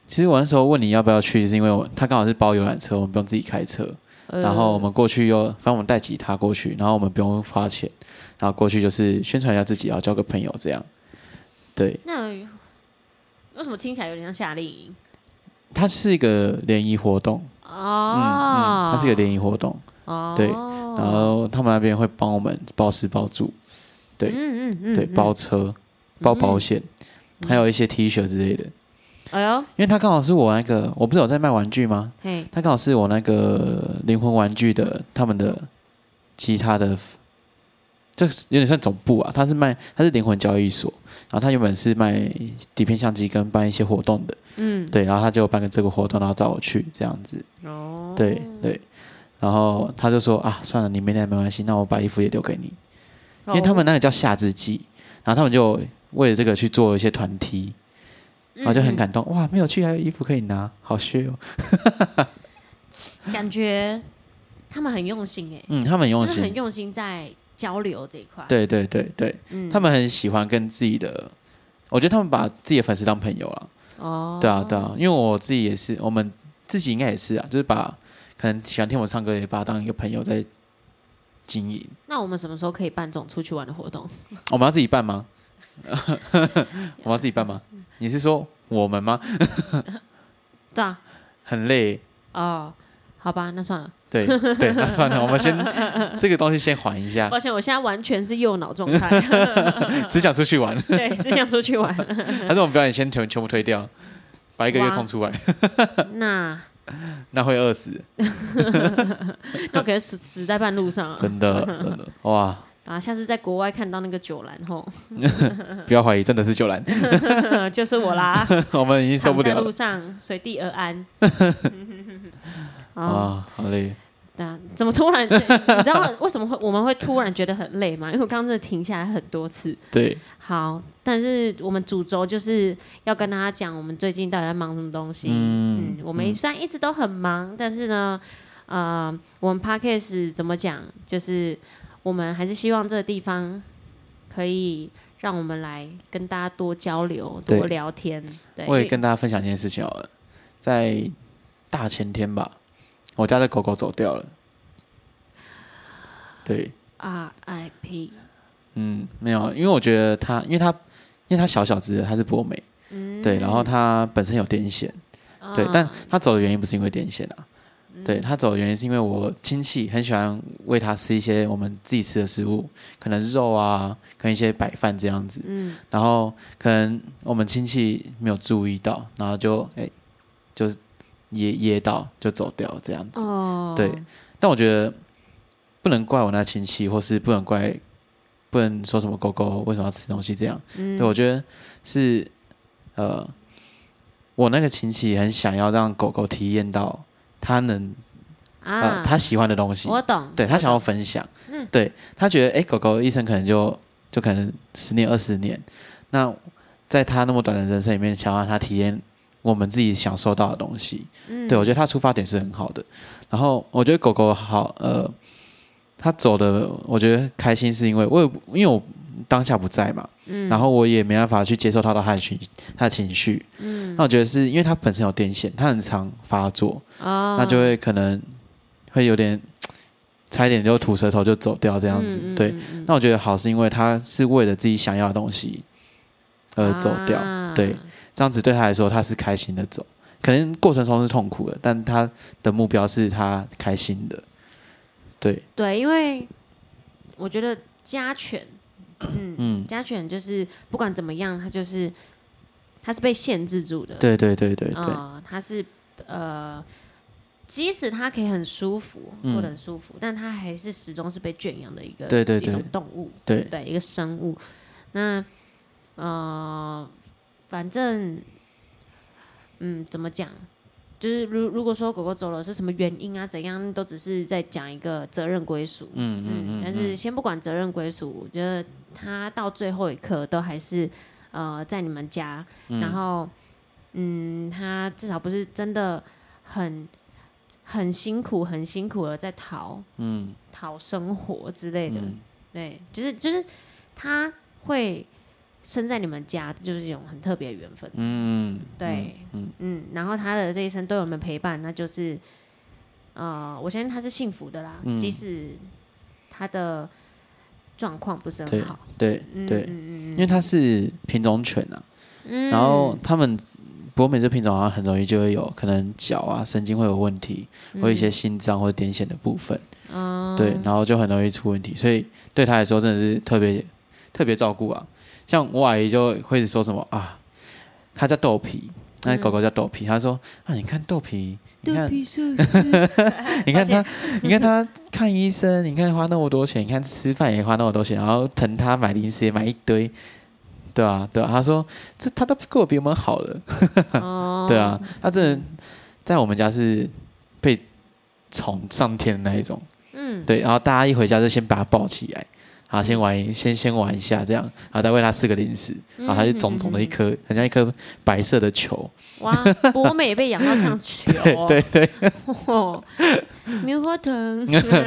B: 其实我那时候问你要不要去，是因为我他刚好是包游览车，我们不用自己开车，
A: 呃
B: 然后我们过去又，反正我们带吉他过去，然后我们不用花钱，然后过去就是宣传一下自己，然后交个朋友这样。对，
A: 那为什么听起来有点像夏令营？
B: 它是一个联谊活动，嗯
A: 哦
B: 嗯，，它是一个联谊活动，
A: 哦，
B: 对然后他们那边会帮我们包吃包住，对
A: 嗯嗯嗯，
B: 对，
A: 嗯
B: 包，车、包保险，还有一些 T 恤之类的。
A: 哎呦，
B: 因为他刚好是我那个，我不是有在卖玩具吗？
A: 嘿，
B: 他刚好是我那个灵魂玩具的他们的其他的，这是有点像总部啊。他是卖，他是灵魂交易所，然后他原本是卖底片相机跟办一些活动的，
A: 嗯，
B: 对，然后他就办个这个活动，然后找我去这样子，
A: 哦，
B: 对对。然后他就说啊，算了，你没来没关系，那我把衣服也留给你。因为他们那个叫夏之季，然后他们就为了这个去做一些团梯，然哦后就很感动，哇，没有去还有衣服可以拿，好炫哦。
A: 嗯感觉他们很用心哎、
B: 嗯，他们很用
A: 就是很
B: 心，
A: 用心在交流这一块。，
B: 对对对对，
A: 嗯
B: 他们很喜欢跟自己的，我觉得他们把自己的粉丝当朋友了。
A: 哦，
B: 对啊对啊，因为我自己也是，我们自己应该也是啊，就是把可能喜欢听我唱歌，也把他当一个朋友在经营。
A: 那我们什么时候可以办这种出去玩的活动？
B: 我们要自己办 吗？我们要自己办吗？你是说我们吗？
A: 对啊，
B: 很累，
A: 哦，好吧，那算了，
B: 对对， 那算了，我们先这个东西先缓一下
A: 抱，歉，我现在完全是右脑状态，
B: 只想出去 玩，
A: 对，只想出去 玩。
B: 还是我们表演先全全部推掉，把一个月
A: 哇
B: 空出来，
A: 那
B: 那会饿 死，
A: 那我可能死死在半路上啊！
B: 真的真的，哇，
A: 啊，下次在国外看到那个酒兰吼，
B: 不要怀疑，真的是九兰，
A: 就是我 啦，
B: 我们已经受不
A: 躺
B: 了
A: 在路
B: 了
A: 上随地而 安。啊，
B: 啊，好嘞，
A: 对啊，怎么突然？ 你知道为什么会我们会突然觉得很累吗？因为我刚刚真的停下来很多次。
B: 对，
A: 好，但是我们主轴就是要跟大家讲，我们最近到底在忙什么东西。嗯
B: 嗯，
A: 我们虽然一直都很忙，但是呢，呃，我们 podcast 怎么讲，就是我们还是希望这个地方可以让我们来跟大家多交流、
B: 对
A: 多聊天。对，
B: 我也
A: 因为
B: 跟大家分享一件事情好了，在大前天吧，我家的狗狗走掉了。对，
A: RIP，
B: 嗯，没有，因为我觉得它，因为它，因为它小小只的，它是博美，
A: 嗯，
B: 对，然后它本身有癫痫，对，
A: 嗯
B: 但它走的原因不是因为癫痫啊，对，它走的原因是因为我亲戚很喜欢喂它吃一些我们自己吃的食物，可能肉啊，跟一些白饭这样子，
A: 嗯
B: 然后可能我们亲戚没有注意到，然后就哎、就是噎噎到就走掉这样子。
A: 哦，
B: 对，但我觉得不能怪我那亲戚，或是不能怪不能说什么狗狗为什么要吃东西这样。
A: 嗯
B: 对，我觉得是呃，我那个亲戚很想要让狗狗体验到它能呃
A: 啊，
B: 它喜欢的东西，
A: 我懂，
B: 对他想要分享，
A: 嗯
B: 对他觉得哎、诶狗狗的一生可能就就可能十年二十年，那在他那么短的人生里面，想让他体验我们自己享受到的东西，
A: 嗯
B: 对我觉得他出发点是很好的。然后我觉得狗狗好，呃，他走的我觉得开心是因为我也不因为我当下不在嘛，
A: 嗯
B: 然后我也没办法去接受他的他的情他的情绪，
A: 嗯
B: 那我觉得是因为他本身有癫痫，他很常发作，
A: 哦，
B: 那就会可能会有点差一点就吐舌头就走掉这
A: 这
B: 样子。对，，
A: 嗯
B: 那我觉得好是因为他是为了自己想要的东西而呃走掉，
A: 啊
B: 对，这样子对他来说他是开心的走，可能过程中是痛苦的，但他的目标是他开心的。对，
A: 对，因为我觉得家犬，
B: 嗯，
A: 家犬就是不管怎么样，它就是它是被限制住的，
B: 对对对对对，
A: 啊，它是呃，即使它可以很舒服
B: 嗯
A: 或者很舒服，但它还是始终是被圈养的一个
B: 对对
A: 一
B: 对
A: 种动物，
B: 对
A: 对一个生物。那呃，反正嗯，怎么讲？就是如如果说狗狗走了是什么原因啊，怎样都只是在讲一个责任归属，
B: 嗯嗯
A: 嗯
B: 嗯，，
A: 但是先不管责任归属，我觉得他到最后一刻都还是呃在你们家，然后嗯，他至少不是真的很很辛苦、很辛苦的在逃
B: 嗯
A: 讨生活之类的，
B: 嗯
A: 对，就是就是他会生在你们家，这就是一种很特别的缘分，
B: 嗯，
A: 对，
B: 嗯，
A: 嗯，然后他的这一生都有你们陪伴，那就是，呃，我相信他是幸福的啦，
B: 嗯
A: 即使他的状况不是很
B: 对
A: 好，
B: 对
A: 嗯
B: 对，
A: 嗯
B: 因
A: 嗯
B: 为它是品种犬啊。
A: 嗯，
B: 然后他们博美这品种好像很容易就会有可能脚啊神经会有问题，会有一些心脏或癫痫的部分，
A: 嗯，
B: 对，然后就很容易出问题，所以对他来说真的是特别特别照顾啊。像我阿姨就会一直说什么啊，她叫豆皮，那狗狗叫豆皮，她说啊，你看豆皮，你看
A: 嗯皮是不是
B: 你看
A: 抱
B: 他，你看他看医生，你看花那么多钱，你看吃饭也花那么多钱，然后疼他买零食也买一堆，对啊，对啊。他说这他都过得比我们好了，
A: 哦，
B: 对啊，他真的在我们家是被宠上天的那一种，
A: 嗯，
B: 对。然后大家一回家就先把他抱起来，啊，先玩一先先玩一下这样，然后再喂他吃个零食，然后他就肿肿的一颗，很像一颗白色的球，
A: 哇，博美被养到像球，
B: 对对，
A: 哦，棉花糖，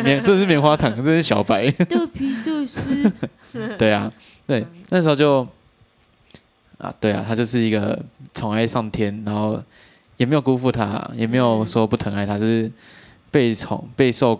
B: 棉这是棉花糖，这是小白。
A: 豆皮寿司，
B: 对啊，对，
A: 嗯
B: 那时候就啊，对啊，他就是一个宠爱上天，然后也没有辜负他，也没有说不疼爱他，就是被宠、备受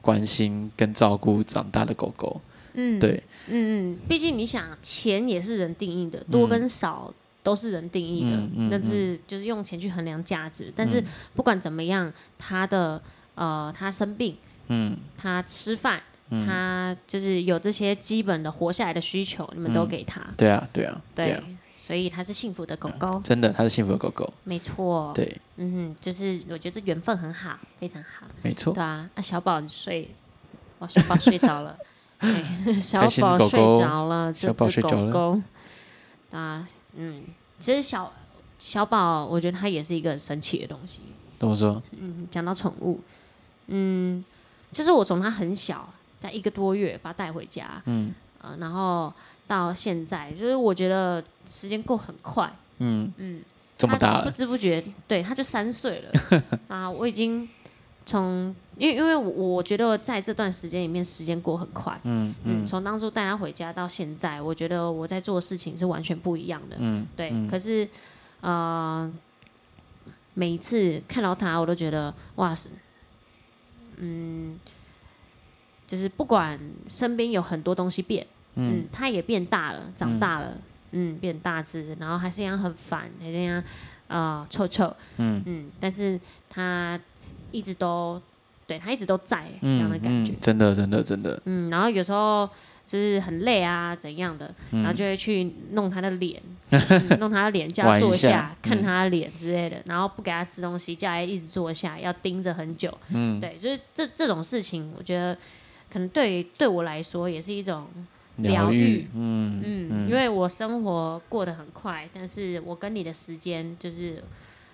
B: 关心跟照顾长大的狗狗。
A: 嗯，
B: 对，
A: 嗯嗯，毕竟你想，钱也是人定义的，多跟少都是人定义
B: 嗯
A: 的，
B: 嗯嗯嗯
A: 那是就是用钱去衡量价值。但是不管怎么样，他的呃，他生病，
B: 嗯
A: 他吃饭，
B: 嗯，
A: 他就是有这些基本的活下来的需求，你们都给他。
B: 对啊对啊对
A: 对
B: 啊，，
A: 所以它是幸福的狗狗，
B: 真的，它是幸福的狗狗，
A: 没错。，
B: 嗯对，
A: 嗯哼，就是我觉得这缘分很好，非常好。
B: 没错
A: 对，啊，那小宝你睡，哇，小宝睡着 了，对小
B: 开心的
A: 宝
B: 狗
A: 睡
B: 狗
A: 着了，这
B: 小宝
A: 只
B: 睡
A: 狗
B: 着了
A: 狗，啊，嗯，其实小小宝，我觉得它也是一个很神奇的东西。
B: 怎么说？
A: 嗯，讲到宠物，嗯，就是我从它很小，在一个多月把它带回家，
B: 嗯
A: 啊、然后到现在，就是我觉得时间过很快，
B: 嗯，
A: 嗯，
B: 这么
A: 他
B: 大
A: 不
B: 了，
A: 知不觉，对，他就三岁了 啊！我已经从，因为因为我我觉得在这段时间里面，时间过很快。
B: 嗯
A: 嗯，
B: 嗯
A: 从当初带他回家到现在，我觉得我在做的事情是完全不一样的。
B: 嗯，
A: 对，
B: 嗯
A: 可是呃，每一次看到他，我都觉得哇塞，嗯，就是不管身边有很多东西变，嗯
B: 嗯，
A: 他也变大了，长大了，嗯变大只，然后还是一样很烦，还是一样呃臭臭，
B: 嗯
A: 嗯，但是他一直都对他一直都在这样的
B: 嗯
A: 感觉，
B: 嗯，真的真的真的，
A: 嗯然后有时候就是很累啊怎样的，然
B: 嗯
A: 后就会去弄他的 脸，嗯弄他的脸，叫他
B: 玩一
A: 坐
B: 下
A: 下，看
B: 嗯
A: 他的脸之类的，然后不给他吃东西，叫他一直坐下，要盯着很久，
B: 嗯，
A: 对，就是这这种事情，我觉得可能对于对我来说也是一种。疗
B: 疗
A: 愈
B: 愈，嗯
A: 嗯，因为我生活过得很快，但是我跟你的时间就是，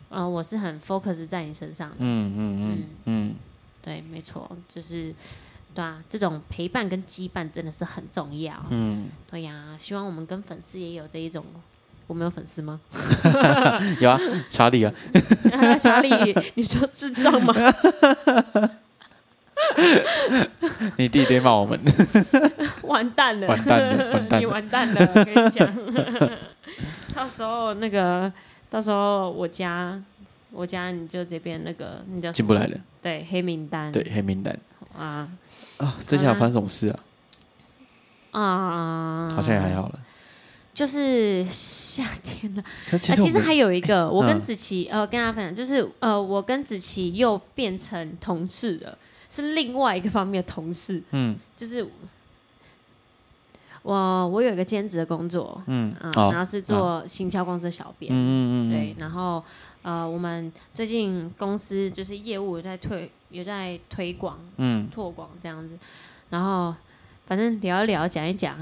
A: 呃，我是很 focus 在你身上的。
B: 嗯嗯嗯嗯，
A: 对，没错，就是对啊，这种陪伴跟羁绊真的是很重要。嗯，对呀、希望我们跟粉丝也有这一种。我们有粉丝吗？
B: 有啊，查理啊，
A: 查理，你说智障吗？
B: 你弟弟骂我 们，
A: 完蛋了，
B: 完蛋 了完蛋了
A: 你完蛋了，我跟你讲，到时候那个，到时候我家，我家你就这边那个，你叫什
B: 进
A: 么
B: 不来了，
A: 对黑名单，
B: 对，黑名单
A: 啊
B: 啊，最
A: 嗯
B: 近还发生什么事啊？
A: 啊，
B: 好像也还，好
A: 嗯
B: 了，
A: 就是夏天了。
B: 可是其
A: 啊
B: 实我
A: 其实
B: 们
A: 还有一 个，我跟
B: 嗯
A: 子琪、呃，跟大家分享，就是呃，我跟子琪又变成同事了，是另外一个方面的同事，
B: 嗯
A: 就是。我我有一个兼职的工作，
B: 嗯
A: 嗯，
B: 哦
A: 然后是做行销公司的小编，
B: 嗯嗯
A: 对，然后呃，我们最近公司就是业务有在推，有在推广、
B: 嗯
A: 拓广这样子，然后反正聊一聊，讲一讲，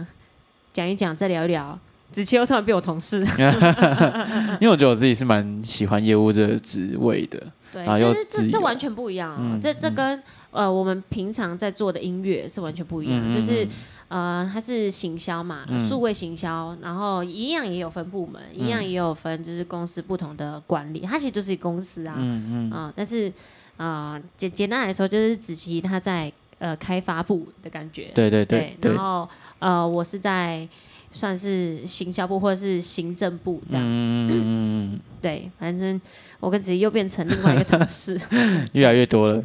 A: 讲一讲，再聊一聊。子琪又突然变我同事，
B: 嗯， 因为我觉得我自己是蛮喜欢业务这个职位的，
A: 对，
B: 然后
A: 就
B: 又
A: 是
B: 自
A: 这这
B: 由
A: 完全不一样哦，
B: 嗯
A: 这这跟、呃我们平常在做的音乐是完全不一
B: 嗯
A: 样，就是呃它是行销嘛，
B: 嗯
A: 数位行销，然后一样也有分部门，一样也有分就是公司不同的管理，它其实就是公司啊，
B: 嗯嗯，
A: 嗯、但是呃简简单来说就是子琪他在呃开发部的感觉，
B: 对对对对
A: 然，后呃我是在算是行销部或者是行政部这样，
B: 嗯嗯
A: 对，反正我跟子怡又变成另外一个同 事，
B: 嗯，越来越多 了，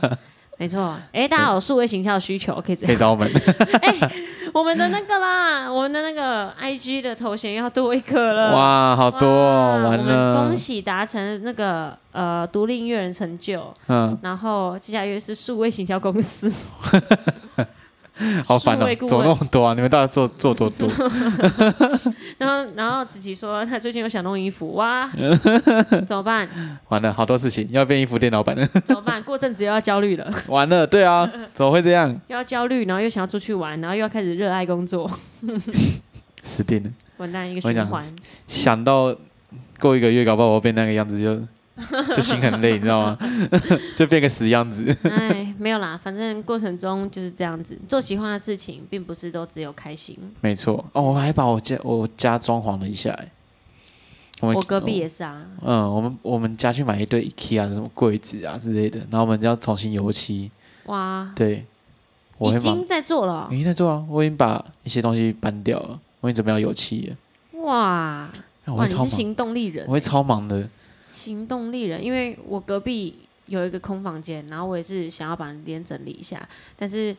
A: 嗯没错。哎，大家有数位形象的需求，可以这
B: 可以
A: 样。
B: 找 我们，
A: 我们的那个啦，我们的那个 IG 的头衔要多一个了。
B: 哇，好
A: 呃哇，
B: 多哦完
A: 我们
B: 了
A: 恭，喜达成那个呃独立音乐人成就，
B: 嗯，
A: 然后接下来又是数位行销公司，
B: 好烦
A: 数
B: 哦
A: 位顾，问
B: 怎么那么多啊？你们到底做做多 多？
A: 然后然后子琪说她最近有想弄衣服， 哇，怎么办？
B: 完了，好多事情要变衣服店老板了，
A: 怎么办？过阵子又要焦虑了，
B: 完了，对啊，怎么会这样？
A: 又要焦虑，然后又想要出去玩，然后又要开始热爱工作，
B: 死定了！
A: 完蛋一个
B: 我跟你
A: 循
B: 讲
A: 环。
B: 想到过一个月，搞不好我变那个样子就， 就心很累，你知道吗？就变个死样子。
A: 哎，没有啦，反正过程中就是这样子。做喜欢的事情，并不是都只有开心。
B: 没错，哦，我还把我家我家装潢了一下、欸，我哦们
A: 我隔壁也是啊，
B: 嗯，我们我们家去买一堆 IKEA 的什么柜子啊之类的，然后我们要重新油漆。
A: 哇，
B: 对，我
A: 已
B: 会忙
A: 经，在做了
B: 已经在做啊，我已经把一些东西搬掉了，我已经准备要油漆了。
A: 哦，哇
B: 那我
A: 哇，
B: 会
A: 你
B: 超忙，
A: 是行动力人
B: 我，会超忙的。
A: 行动力人。因为我隔壁有一个空房间，然后我也是想要把那边整理一下，但是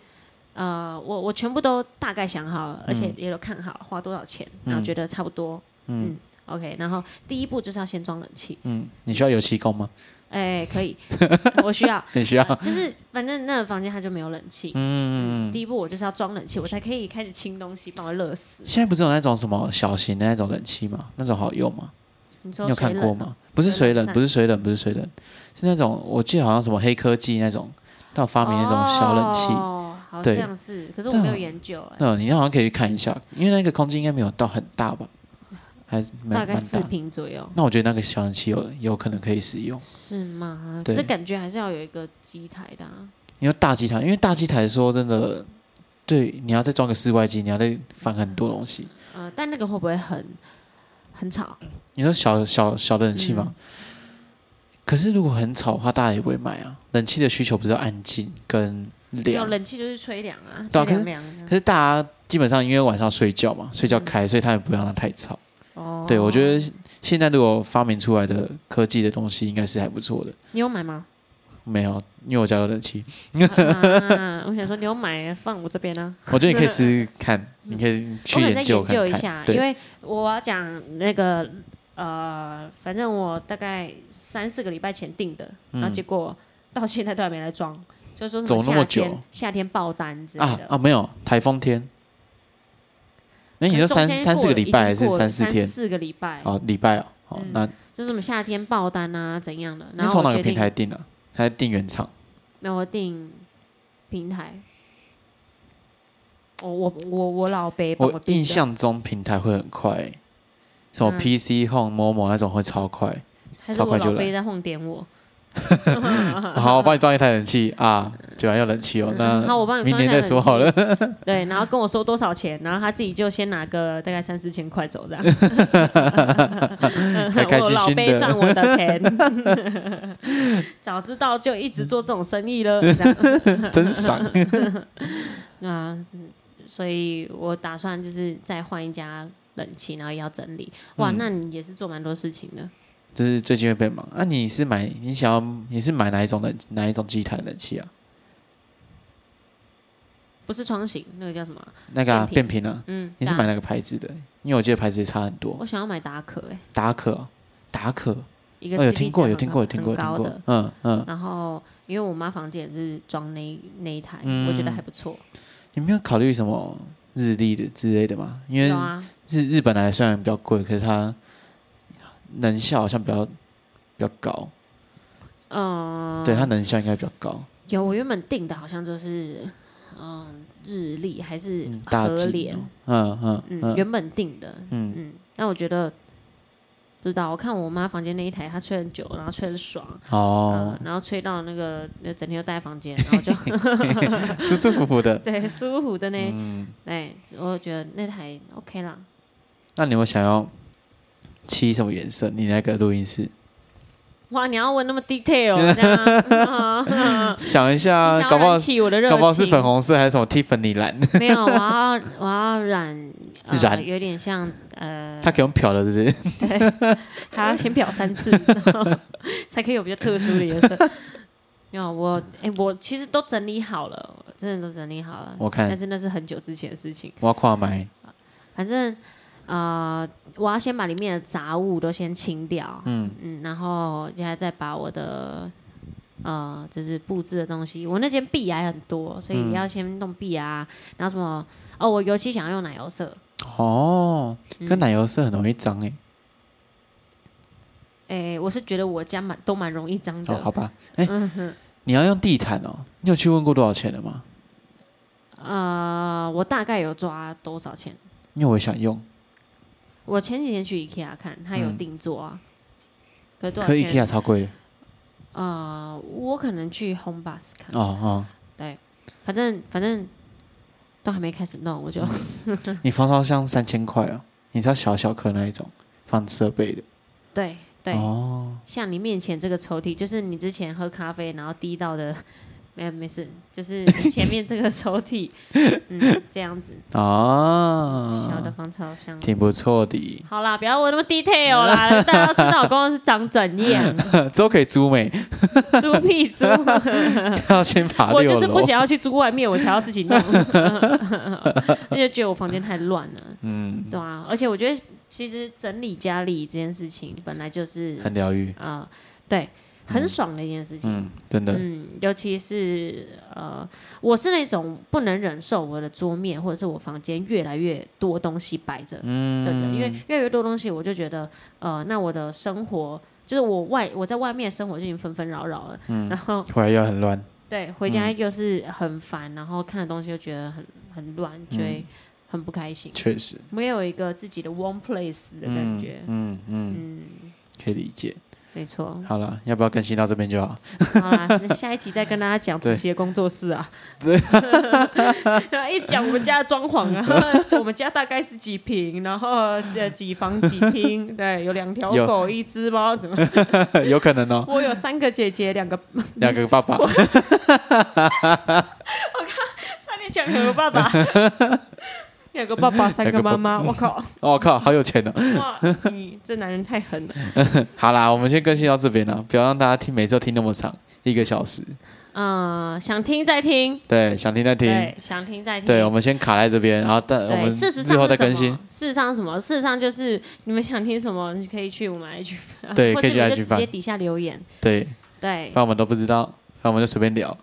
A: 呃，我我全部都大概想好了，而且
B: 嗯
A: 也有看好花多少钱，然后觉得差嗯不多，嗯 o k 然后第一步就是要先装冷气，
B: 嗯，你需要油漆工吗？
A: 哎，可以， 我需要，
B: 你需要，
A: 呃就是反正那个房间它就没有冷气。
B: 嗯，
A: 第一步我就是要装冷气，我才可以开始清东西，把我热死。
B: 现在不是有那种什么小型的那种冷气吗？那种好用吗？
A: 你说
B: 你有看
A: 谁
B: 过
A: 冷
B: 吗？不是水
A: 水冷
B: 冷，
A: 散
B: 不是水冷，不是水冷，是那种我记得好像什么黑科技那种，他有发明那种小冷气。
A: 哦，好
B: 对
A: 像是，可是我
B: 但
A: 没有
B: 我
A: 研究哎、
B: 那你好像可以去看一下，因为那个空间应该没有到很大吧，还是
A: 大
B: 蛮
A: 概
B: 蛮
A: 四
B: 大。
A: 平左右，
B: 那我觉得那个小冷气有有可能可以使用。
A: 是吗？
B: 对
A: 可是感觉还是要有一个机台的、啊，
B: 你要大机台，因为大机台说真的，对，你要再装个室外机，你要再翻很多东西。
A: 呃，但那个会不会很很吵？
B: 你说小小小的冷气
A: 嗯
B: 吗？可是如果很吵的话，大家也不会买啊。冷气的需求不是要安静跟
A: 没有
B: 凉，
A: 冷气就是吹凉啊，
B: 对
A: 吹
B: 啊
A: 凉凉
B: 可
A: 的。
B: 是大家基本上因为晚上睡觉嘛，睡觉开，所以他也不会让它太吵。
A: 嗯哦，
B: 对，我觉得现在如果发明出来的科技的东西，应该是还不错的。
A: 你有 买吗？
B: 没有，因为我家有冷气，
A: 啊、我想说你有买放我这边呢、
B: 我觉得你可以试试 看，你可以去
A: 嗯我可能再
B: 研究
A: 研
B: 看
A: 究
B: 看。
A: 一下，
B: 对
A: 因为我要讲那个呃，反正我大概三四个礼拜前订的，然后结果到现在都还没来装，就是说
B: 嗯
A: 什
B: 走
A: 么
B: 那么
A: 夏天
B: 久
A: 夏天爆单之类
B: 啊
A: 的。
B: 啊，没有台风天。那你说
A: 可是
B: 三
A: 中间
B: 三四个礼拜还
A: 过了已经
B: 是
A: 过了
B: 三四天？
A: 四个礼拜，
B: 哦，礼拜哦，哦，
A: 嗯
B: 那
A: 就是什么夏天爆单啊怎样的。
B: 你
A: 然后
B: 从
A: 我
B: 哪
A: 决
B: 个
A: 定
B: 平台订啊？还是订原厂？
A: 没有我订平台。我我我我老北帮
B: 我
A: 订的
B: 印象中平台会很快欸，什么
A: 嗯
B: PC Home、某某那种会超快。
A: 还是
B: 超
A: 我
B: 快就
A: 老
B: 来
A: 北在晃点我。
B: 好，我帮你装一台冷气啊，居然要冷气哦，
A: 嗯 好我帮
B: 那
A: 你
B: 明
A: 装一
B: 年
A: 台
B: 再
A: 冷
B: 说好了。
A: 对，然后跟我说多少钱，然后他自己就先拿个大概三四千块走这样，
B: 开开心心的
A: 我老贝赚我的钱， 早知道就一直做这种生意了，这样
B: 真爽。
A: 啊，所以我打算就是再换一家冷气，然后也要整
B: 嗯
A: 理。哇，那你也是做蛮多事情的，
B: 就是最近会变忙。那、啊你是买你想要你是买哪一种冷哪一种机台冷气啊？
A: 不是窗型那个叫什么啊？
B: 那个、啊、
A: 变
B: 变频啊？
A: 嗯，
B: 你是
A: 达
B: 买哪个牌子的？因为我记得牌子也差很多
A: 我。想要买达可哎，
B: 达可哦，达可，
A: 一个
B: 哦，有
A: CP
B: 听过，
A: 值
B: 有
A: 很
B: 听
A: 高
B: 过，有听过，有
A: 很
B: 听
A: 高
B: 过
A: 的。
B: 嗯嗯，
A: 然后，因为我妈房间也是装那那一台，
B: 嗯
A: 我觉得还不错。
B: 你没有考虑什么日历的之类的吗？因为
A: 有啊，
B: 日日本来虽然比较贵，可是它能效好像比较比较高，
A: 嗯，
B: 对它能效应该比较高。
A: 有，我原本定的好像就是，嗯，日历还是
B: 嗯，大
A: 和
B: 几
A: 联，，
B: 嗯嗯
A: 嗯，
B: 嗯
A: 原本定的，
B: 嗯，
A: 嗯，但我觉得不知道，我看我妈房间那一台，她吹很久，然后吹很爽，
B: 哦
A: 嗯，，然后吹到那个那整天都待在房间，然后就。
B: 舒舒服服的
A: 嗯 对舒服的呢，
B: 嗯。
A: 哎，我觉得那台 OK 啦，
B: 那你有没有想要漆什么颜色？你那个录音室，
A: 哇，你要问那么 detail，这 样
B: 想一下
A: 嗯
B: 啊，
A: 你
B: 搞
A: 想要
B: 不好
A: 燃起我的热
B: 搞不好是
A: 情嗯
B: 粉红色还是什么 Tiffany 蓝，
A: 没有，我要我要染，呃、
B: 染
A: 有点像呃，
B: 它可以用漂的，对不对？
A: 还要先漂三 次，然后才可以有比较特殊的颜色。那我哎、我其实都整理好了，我真的都整理好了，
B: 我看
A: 但是那是很久之前的事情。
B: 我要跨买，
A: 反正呃，我要先把里面的杂物都先清掉，
B: 嗯
A: 嗯，然后接下来再把我的呃，就是布置的东西，我那间壁还很多，所以要先弄壁啊，然后什么哦，我尤其想要用奶油色，
B: 哦，跟
A: 嗯
B: 奶油色很容易脏哎、
A: 哎、我是觉得我家蛮都蛮容易脏的，
B: 哦，好吧，哎、
A: 嗯
B: 你要用地毯哦，你有去问过多少钱了吗？
A: 呃，我大概有抓多少钱？
B: 因为我也想用，
A: 我前几天去 IKEA 看，它有
B: 嗯
A: 定做啊，可是多
B: 可
A: 少
B: 以 IKEA
A: 钱？
B: 超贵的
A: 呃，我可能去 Home Bus 看，
B: 哦哦，
A: 反正反正都还没开始弄，我就嗯
B: 你防潮箱三千块哦，你知道小小颗那一种放设备的
A: 对对，
B: 哦，
A: 像你面前这个抽屉，就是你之前喝咖啡然后滴到的， 没有没事， 就是前面这个抽屉，嗯，这样子小的
B: 啊，
A: 防潮箱。
B: 挺不错的，
A: 好啦，不要我那么 detail 啦，大家都知道我公司长怎 样，
B: 之后可以租 美，
A: 猪屁猪。
B: 要先爬
A: 我
B: 六
A: 就是
B: 楼
A: 不。想要去租外面，我才要自己 弄，而且觉得我房间太乱了，
B: 嗯，
A: 对啊，而且我觉得其实整理家里这件事情本来就是
B: 很疗愈。
A: 啊、呃对，很爽的一件事情。
B: 嗯，真的，
A: 嗯，尤其是呃，我是那种不能忍受我的桌面或者是我房间越来越多东西摆着的
B: 嗯，
A: 人，因为越来越多东西，我就觉得呃，那我的生活就是我外我在外面生活就已经纷纷扰扰了，
B: 嗯
A: 然后
B: 回来又很乱，
A: 对回家
B: 嗯
A: 又是很烦，然后看的东西又觉得很很乱，
B: 嗯
A: 就会很不开心。
B: 确实，
A: 没有一个自己的 one place 的感觉，
B: 嗯嗯，
A: 嗯，
B: 可以理解。。
A: 没错
B: 好了，要不要更新到这边就好？
A: 好啦，那下一集再跟大家讲
B: 对
A: 自己的工作室啊。对，然后 一讲我们家的装潢啊，我们家大概是几平，然后这几房几厅，对，有两条
B: 有
A: 狗，一只猫，怎么？
B: 有可能哦，
A: 我有三个姐姐， 两个，
B: 两个爸爸，
A: 差点讲两个爸爸， 两个爸爸，三个妈妈，我靠，
B: 我、靠，好有钱哦。
A: 哇，你这男人太狠了。
B: 好啦，我们先更新到这边了，不要让大家听每次都听那么长，一个小时。
A: 嗯，想听再听，
B: 对，想听再听。
A: 对，想听再听，
B: 对，我们先卡在这边，然后但我
A: 对，
B: 们
A: 事实上
B: 日后
A: 是
B: 再
A: 什
B: 更
A: 么
B: 新。。
A: 事实上是什么？事实上就是你们想听什么，你可以去我们 IG，翻
B: 对
A: 或
B: 可
A: 者
B: 以去 IG
A: 你就直接
B: 翻
A: 底下留言。
B: 对，
A: 对
B: 不，然我们都不知道，不然我们就随便聊。
A: 啊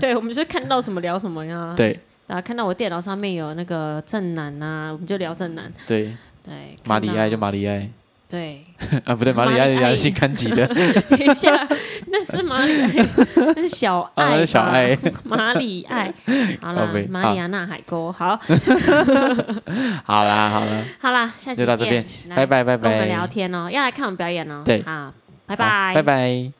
A: 对，我们就看到什么聊什么呀。，
B: 对
A: 啊，看到我电脑上面有那个正南啊，我们就聊正南。
B: 对，
A: 对，看
B: 马里埃
A: 到
B: 就马里埃
A: 对，
B: 啊，不对，马里
A: 马
B: 埃
A: 里埃
B: 良心看几 的
A: 等一下，那是马里爱，那是小爱 吧，
B: 啊，那是小爱。
A: 马里爱。好
B: 靠啊
A: 啦
B: 北，
A: 马里亚纳海沟。好，
B: 好啦好啦，
A: 好啦，下期
B: 就到这边
A: 见，来
B: 拜拜拜
A: 跟我们
B: 拜，
A: 聊天哦，要来看我们表演哦。
B: 对
A: 好，
B: 拜
A: 拜
B: 拜。
A: 拜，
B: 拜。